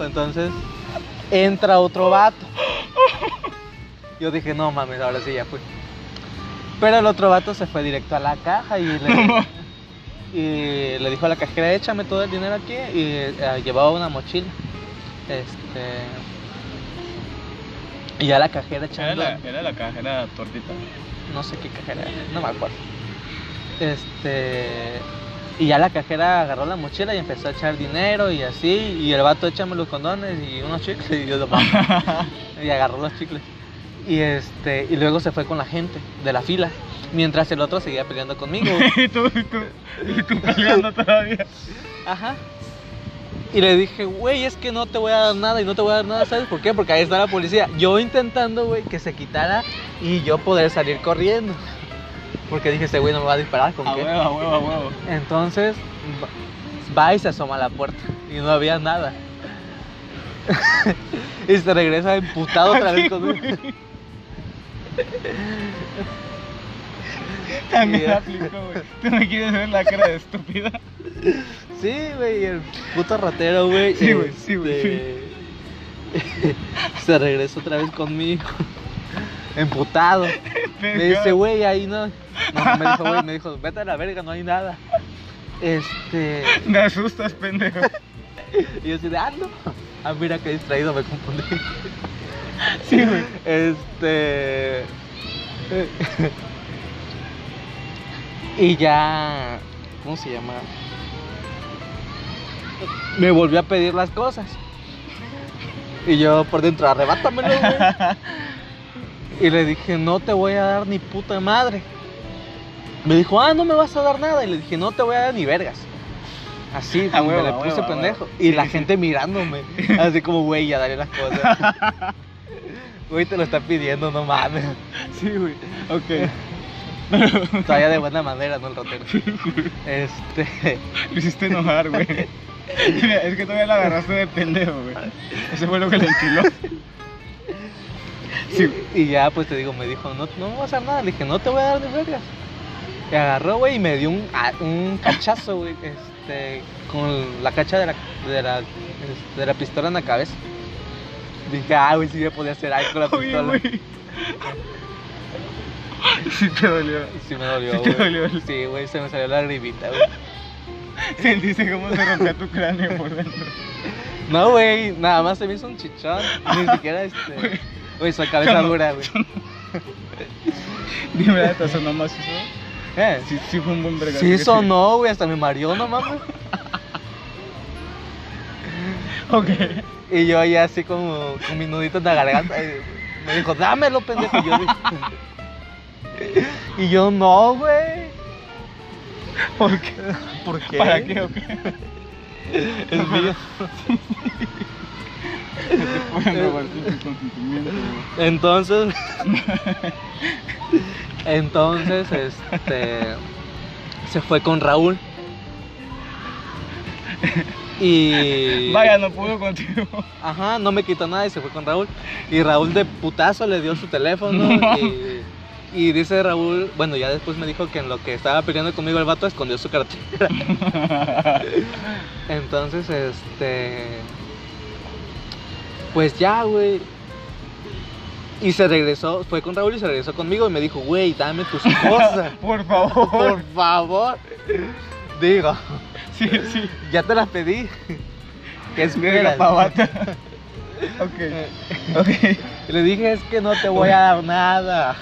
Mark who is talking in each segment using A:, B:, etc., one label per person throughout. A: entonces entra otro vato. Yo dije, no mames, ahora sí ya fui. Pero el otro vato se fue directo a la caja y le, y le dijo a la cajera, échame todo el dinero aquí y eh, llevaba una mochila. Este. Y ya la cajera
B: Era
A: echando.
B: la, era la caja, era tortita.
A: No sé qué cajera era, no me acuerdo. Este. Y ya la cajera agarró la mochila y empezó a echar dinero y así. Y el vato échame los condones y unos chicles y yo lo y agarró los chicles. Y este, y luego se fue con la gente de la fila, mientras el otro seguía peleando conmigo.
B: y tú, y tú, y tú peleando todavía.
A: Ajá. Y le dije, güey, es que no te voy a dar nada y no te voy a dar nada, ¿sabes por qué? Porque ahí está la policía. Yo intentando, güey, que se quitara y yo poder salir corriendo. Porque dije, este güey no me va a disparar, ¿con
B: A
A: qué?
B: huevo, a huevo, a huevo.
A: Entonces, va- va y se asoma a la puerta y no había nada. y se regresa emputado otra vez conmigo.
B: También
A: Ya.
B: aplicó, güey. Tú me quieres ver la cara de estúpida.
A: Sí, güey, el puto ratero, güey.
B: Sí, güey, sí, güey, sí.
A: este, Se regresó otra vez conmigo. Emputado. Me dice, güey, ahí no. No, no me dijo, güey, me dijo, vete a la verga, no hay nada. Este.
B: Me asustas, pendejo.
A: Y yo así de, ah, no. Ah, mira qué distraído, me confundí.
B: Sí, güey.
A: Este. y ya. ¿Cómo se llama? Me volvió a pedir las cosas. Y yo por dentro, arrebátamelo, güey. Y le dije, no te voy a dar ni puta madre. Me dijo, ah, no me vas a dar nada. Y le dije, no te voy a dar ni vergas. Así,
B: A huevo,
A: me le
B: a
A: puse
B: huevo, a
A: pendejo.
B: huevo.
A: Y la gente mirándome. Así como, güey, ya daré las cosas. Güey, te lo está pidiendo, no mames.
B: Sí, güey. Ok.
A: Todavía de buena manera, no el rotero. Este.
B: Lo hiciste enojar, güey. Mira, es que todavía la agarraste de pendejo, güey. Eso fue lo que le enchiló. Sí, güey.
A: Y ya, pues te digo, me dijo, no, no me vas a dar nada. Le dije, no te voy a dar ni vergas. Y agarró, güey, y me dio un, a- un cachazo, güey, este, con la cacha de la, de la, este, de la pistola en la cabeza. Dije, ah, güey, sí, yo podía hacer algo con la
B: Oye,
A: pistola.
B: güey. Sí te dolió.
A: Sí me dolió,
B: Sí
A: güey.
B: te dolió el-
A: Sí, güey, se me salió la gribita, güey.
B: Sentiste cómo se rompía tu cráneo por dentro.
A: No, güey, nada más se me hizo un chichón. Ni siquiera, este, güey, su cabeza
B: Cuando-
A: dura, güey.
B: Dime, ¿hasta sonó más eso?
A: Eh,
B: Sí, sí fue un buen vergazo.
A: Sí sonó, güey, hasta me mareó, no mames.
B: Ok.
A: Y yo ya así como con mis nuditos en la garganta. y me dijo, dámelo, pendejo. Y yo, dije- y yo no, güey.
B: ¿Por qué?
A: ¿Por qué?
B: ¿Para qué o qué?
A: Es mío.
B: Te pueden robar sin tu consentimiento, güey.
A: Entonces. Entonces, este. Se fue con Raúl. Y.
B: Vaya, no pudo contigo.
A: Ajá, no me quitó nada y se fue con Raúl. Y Raúl de putazo le dio su teléfono.
B: No.
A: Y, y dice Raúl, bueno, ya después me dijo que en lo que estaba peleando conmigo el vato escondió su cartera. Entonces, este. Pues ya, güey. Y se regresó, fue con Raúl y se regresó conmigo y me dijo, güey, dame tus cosas.
B: Por favor.
A: por favor. Digo,
B: Sí, sí.
A: ya te las pedí. ¿Qué
B: Verga,
A: esperas?
B: pavata. Ok, ok.
A: Y le dije, es que no te voy a dar nada.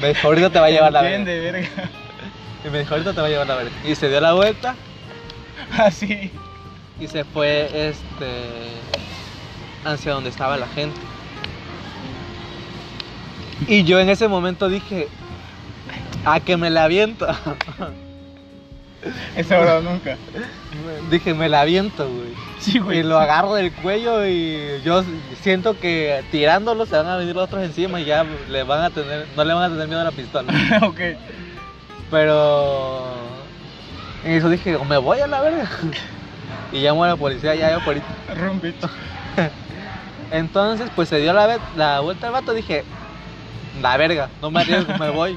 A: Me dijo, ahorita te va a llevar la verga.
B: Entiende, verga.
A: Y me dijo, ahorita te va a llevar la verga. Y se dio la vuelta
B: Así.
A: y se fue este hacia donde estaba la gente. Y yo en ese momento dije, a que me la aviento.
B: Eso ahora o nunca.
A: dije, me la aviento, güey.
B: Sí,
A: Y lo agarro del cuello y yo siento que tirándolo se van a venir los otros encima y ya le van a tener, no le van a tener miedo a la pistola.
B: Ok.
A: Pero. Y eso dije, me voy a la verga. Y llamo a la policía, ya, ya, por ahí.
B: Rumbito.
A: Entonces, pues se dio la, ve- la vuelta al vato, dije, la verga, no me arriesgo, me voy.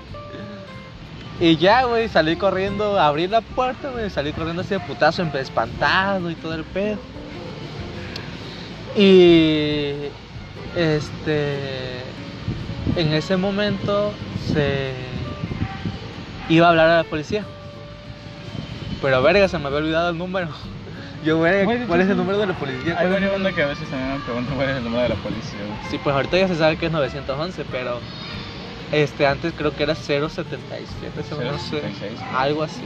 A: Y ya, güey, salí corriendo, abrí la puerta, güey, salí corriendo así de putazo, empe- espantado y todo el pedo. Y este en ese momento se iba a hablar a la policía. Pero verga, se me había olvidado el número. Yo, verga,
B: Güey, de
A: ¿cuál
B: hecho,
A: es el
B: sí.
A: número de la policía?
B: Hay
A: ¿Cuál es el
B: varias
A: número?
B: bandas que a veces también me preguntan cuál es el nombre de la policía, güey.
A: Sí, pues ahorita ya se sabe que es 911, pero este antes creo que era 077, no sé,
B: 076.
A: algo así.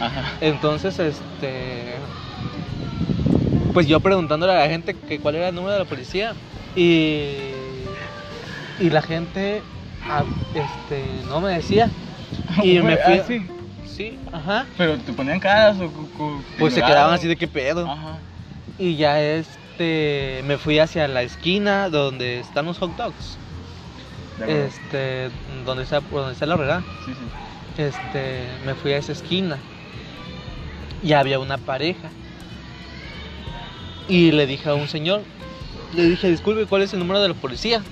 B: Ajá.
A: Entonces, este pues yo preguntándole a la gente que cuál era el número de la policía y y la gente ah, este no me decía. Y me fui
B: Güey, ah, sí.
A: Sí, ajá.
B: Pero te ponían caras o. cu- cu-
A: Pues se
B: ignoraban.
A: quedaban así de qué pedo.
B: Ajá.
A: Y ya este me fui hacia la esquina donde están los hot dogs.
B: De acuerdo.
A: Este, donde está, donde está la horrera,
B: Sí, sí.
A: este, me fui a esa esquina y había una pareja. Y le dije a un señor, le dije, disculpe, ¿cuál es el número de la policía?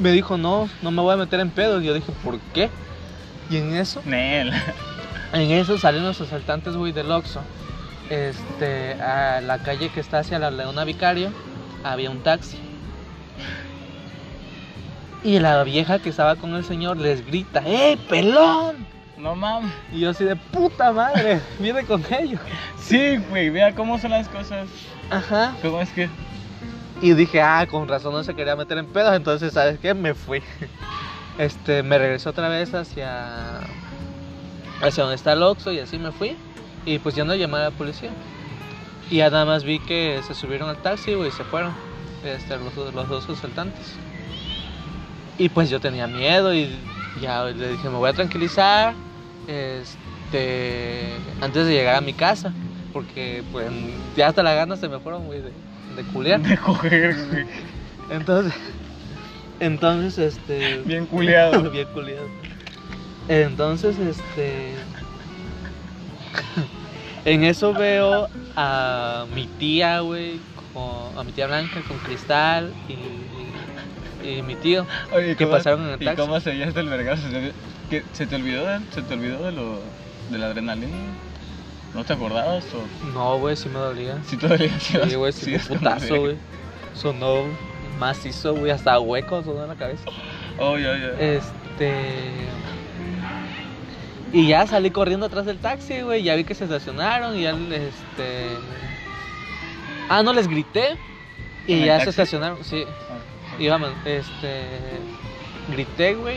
A: Me dijo, no, no me voy a meter en pedo. Y yo dije, ¿por qué? Y en eso,
B: Nel.
A: en eso salen los asaltantes, güey, del Oxxo. Este, a la calle que está hacia la Leona Vicario, había un taxi. Y la vieja que estaba con el señor les grita, ¡eh, pelón!
B: No mames.
A: Y yo así de puta madre, viene con ellos.
B: Sí, güey, vea cómo son las cosas.
A: Ajá.
B: ¿Cómo es que.?
A: Y dije, ah, con razón no se quería meter en pedos, entonces, ¿sabes qué? Me fui. Este, me regresé otra vez hacia. hacia donde está el Oxxo y así me fui. Y pues ya no llamé a la policía. Y ya nada más vi que se subieron al taxi, güey, y se fueron. Este, los, dos- los dos asaltantes. Y pues yo tenía miedo y ya le dije, me voy a tranquilizar. Este. antes de llegar a mi casa. Porque pues ya hasta las ganas se me fueron, güey, de, de culiar.
B: De coger, güey.
A: Entonces, entonces, este.
B: Bien culeado.
A: bien culiado. Entonces, este. En eso veo a mi tía, güey, con- a mi tía Blanca con cristal y, y mi tío.
B: Oye,
A: ¿Qué
B: ¿cómo-
A: pasaron en el
B: ¿Y
A: taxi?
B: cómo se hasta el vergazo? ¿Se te, qué- se te olvidó, de, se te olvidó de, lo, de la adrenalina? ¿No te acordabas? ¿O
A: No, güey, sí me dolía.
B: si todavía
A: Sí, güey, sí, un putazo, güey. Sonó macizo, güey, hasta hueco sonó en la cabeza.
B: Oye, oye.
A: Este. Y ya salí corriendo atrás del taxi, güey. Ya vi que se estacionaron y ya este. Ah, no les grité.
B: ¿En
A: Y
B: el
A: ya
B: taxi?
A: se estacionaron, sí.
B: Ah.
A: Y vamos, este. Grité, güey.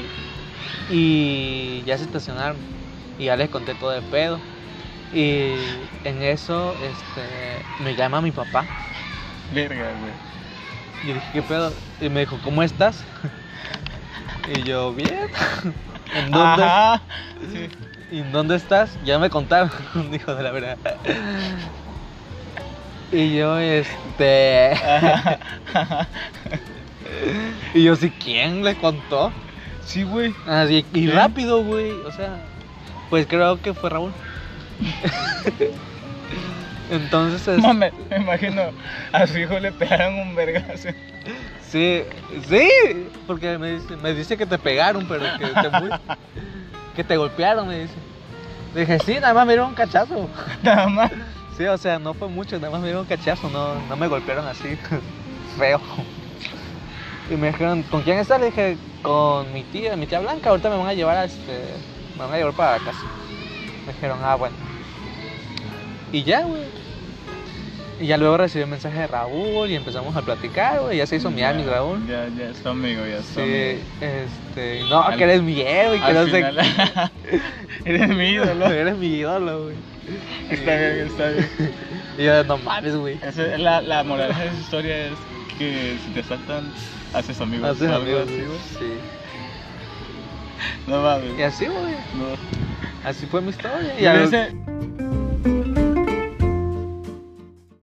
A: Y ya se estacionaron. Y ya les conté todo de pedo. Y en eso, este. Me llama mi papá.
B: Verga, güey.
A: Y dije, ¿qué pedo? Y me dijo, ¿cómo estás? Y yo, bien. ¿En dónde,
B: Ajá. Sí.
A: ¿Y dónde estás? Ya me contaron, dijo de la verdad. Y yo, este.
B: Ajá.
A: Y yo, sí, ¿quién le contó?
B: Sí, güey.
A: Así, y
B: ¿Quién?
A: rápido, güey. O sea, pues creo que fue Raúl. Entonces, es-
B: Mame, me imagino a su hijo le pegaron un vergazo.
A: sí, sí, porque me dice, me dice que te pegaron, pero que te, mu- que te golpearon, me dice. Le dije, sí, nada más me dieron un cachazo.
B: Nada más.
A: Sí, o sea, no fue mucho, nada más me dieron un cachazo, no, no me golpearon así, feo. Y me dijeron, ¿con quién estás? Le dije, con mi tía, mi tía Blanca, ahorita me van a llevar a este, me van a llevar para casa. Me dijeron, ah, bueno. Y ya, güey. Y ya luego recibí un mensaje de Raúl y empezamos a platicar, güey, ya se hizo mi amigo Raúl.
B: Ya, ya, es tu amigo, ya es tu
A: Sí,
B: amigo.
A: este, no,
B: Al-
A: que eres mi héroe, que
B: Al
A: no sé
B: final- Eres mi ídolo.
A: Eres mi ídolo, güey.
B: Está bien, está bien.
A: Y yo, no mames, güey.
B: Esa es la, la moral de esa historia es que si te saltan, haces amigos.
A: Haces
B: o algo
A: amigos,
B: así,
A: güey.
B: güey.
A: Sí.
B: No
A: Y
B: mames.
A: así, güey.
B: No.
A: Así fue mi historia.
B: Y
A: Y a
B: ese-